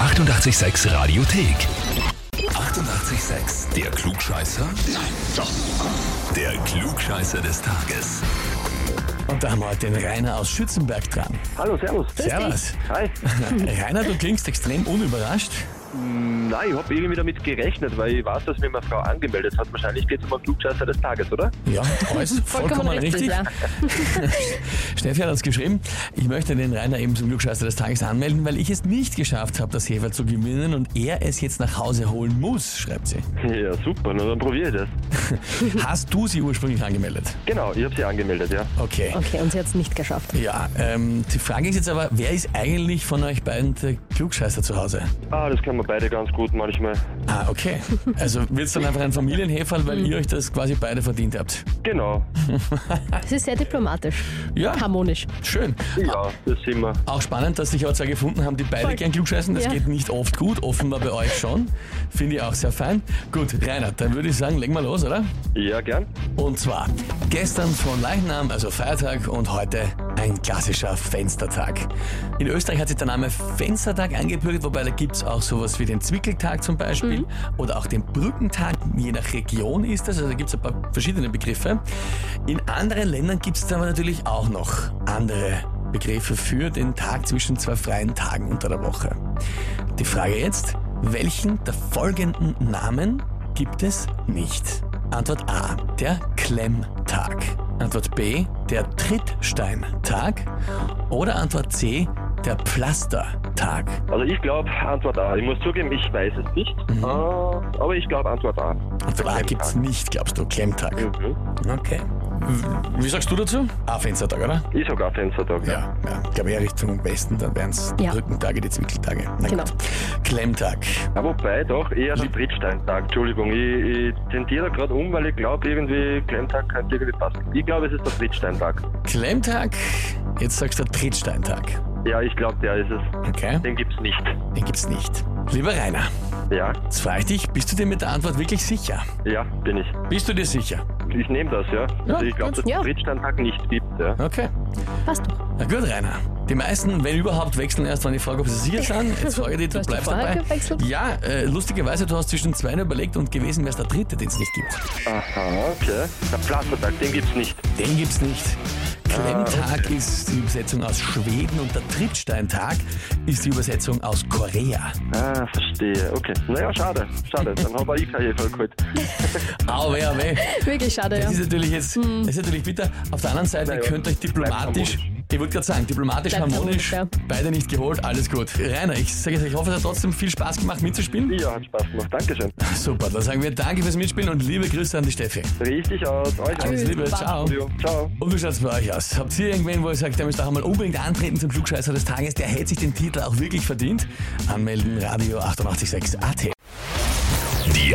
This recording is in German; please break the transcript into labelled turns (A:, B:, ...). A: 886 Radiothek. 88,6. Der Klugscheißer? Nein, doch. Der Klugscheißer des Tages.
B: Und da haben wir heute den Rainer aus Schützenberg dran.
C: Hallo, Servus.
B: Servus.
C: Hi. Mm,
B: Rainer, du klingst extrem unüberrascht.
C: Nein, ich habe irgendwie damit gerechnet, weil ich weiß, dass mir meine Frau angemeldet hat. Wahrscheinlich geht es um einen Klugscheißer des Tages, oder?
B: Ja, alles vollkommen, richtig.
D: ja.
B: Steffi hat uns geschrieben, ich möchte den Rainer eben zum Glückscheißer des Tages anmelden, weil ich es nicht geschafft habe, das Hefer zu gewinnen und er es jetzt nach Hause holen muss, schreibt sie.
C: Ja, super. Na, dann probiere ich das.
B: Hast du sie ursprünglich angemeldet?
C: Genau, ich habe sie angemeldet, ja.
B: Okay.
D: Okay, und sie hat es nicht geschafft.
B: Ja, ähm, die Frage ist jetzt aber, wer ist eigentlich von euch beiden der Klugscheißer zu Hause?
C: Ah, das können wir beide ganz gut manchmal.
B: Ah, okay. Also wird es dann einfach ein Familienheferl,
D: Mhm.
B: weil ihr euch das quasi beide verdient habt.
C: Genau.
D: Es ist sehr diplomatisch,
B: Ja,
D: harmonisch.
B: schön.
C: Ja, das sind wir.
B: Auch spannend, dass sich auch zwei gefunden haben, die beide
D: Voll.
B: gern klugscheißen. Das
D: Ja.
B: geht nicht oft gut, offenbar bei euch schon. Finde ich auch sehr fein. Gut, Reinhard, dann würde ich sagen, legen wir los, oder?
C: Ja, gern.
B: Und zwar gestern von Leichnam, also Feiertag, und heute ein klassischer Fenstertag. In Österreich hat sich der Name Fenstertag eingebürgert, wobei da gibt es auch sowas wie den Zwickeltag zum Beispiel oder auch den Brückentag. Je nach Region ist das, also da gibt es ein paar verschiedene Begriffe. In anderen Ländern gibt es aber natürlich auch noch andere Begriffe für den Tag zwischen zwei freien Tagen unter der Woche. Die Frage jetzt, welchen der folgenden Namen gibt es nicht? Antwort A, der Klemmtag. Antwort B, der Trittsteintag. Oder Antwort C, der Pflastertag.
C: Also ich glaube, Antwort A. Ich muss zugeben, ich weiß es nicht.
B: Mhm.
C: Äh, aber ich glaube, Antwort A.
B: Antwort A gibt's nicht, glaubst du, Klemmtag.
C: Mhm.
B: Okay. W- Wie sagst du dazu? A, Fenstertag, oder?
C: Ich sogar Fenstertag.
B: Ja, ja. Ich glaube eher Richtung Westen, dann wären es
D: Ja.
B: die Rückentage, die Zwickeltage. Na
D: Genau.
B: gut. Klemmtag.
C: Ja, Ah, wobei doch eher
B: Also
C: der Trittsteintag. Entschuldigung, ich, ich tendiere da gerade um, weil ich glaube, irgendwie Klemmtag könnte irgendwie passen. Ich glaube, es ist der Trittsteintag.
B: Klemmtag, jetzt sagst du Trittsteintag.
C: Ja, ich glaube, der ist es.
B: Okay.
C: Den gibt's nicht.
B: Den gibt's nicht. Lieber Rainer,
C: Ja,
B: jetzt frage ich dich, bist du dir mit der Antwort wirklich sicher?
C: ja, bin ich.
B: Bist du dir sicher?
C: Ich nehme das, ja. Also
B: Ja,
C: ich glaube,
B: gut,
C: dass
D: ja.
C: es Trittsteintag nicht gibt, ja.
B: Okay.
D: Passt doch.
B: Na gut, Rainer. Die meisten, wenn überhaupt, wechseln erst, wenn ich frage, ob sie sicher sind. Jetzt frage ich dich,
D: Du
B: du
D: hast
B: bleibst
D: die Frage
B: dabei.
D: gewechselt?
B: Ja, äh, lustigerweise, du hast zwischen zwei überlegt und gewesen wäre der dritte, den es nicht gibt.
C: Aha, Ah, okay. Der Pflastertag, den gibt's nicht.
B: Den gibt's nicht. Klemmtag
D: Ah.
B: ist die Übersetzung aus Schweden und der Trittsteintag ist die Übersetzung aus Korea.
C: Ah, verstehe. Okay. Naja, schade. Schade. Dann eh habe ich keine Fall geholt.
B: Auwe, auwe.
D: Wirklich schade, ja.
B: Das ist natürlich jetzt, das ist natürlich bitter. Auf der anderen Seite
C: Naja,
B: könnt ihr euch diplomatisch,
C: bleibt harmonisch.
B: ich wollte gerade sagen, diplomatisch,
D: Bleibt
B: harmonisch,
D: harmonisch,
B: beide nicht geholt, alles gut. Rainer, ich sage ich hoffe, es hat trotzdem viel Spaß gemacht mitzuspielen.
C: Ja, hat Spaß gemacht. Dankeschön.
B: Super, dann sagen wir danke fürs Mitspielen und liebe Grüße an die Steffi.
C: Richtig aus. Euch
B: Alles
C: aus.
B: Liebe, ciao.
C: Studio. Ciao.
B: Und wie schaut's bei euch aus? Habt ihr irgendwen, wo ihr sagt, der müsst auch einmal unbedingt antreten zum Flugscheißer des Tages, der hätte sich den Titel auch wirklich verdient? Anmelden, Radio 886 AT.
A: Die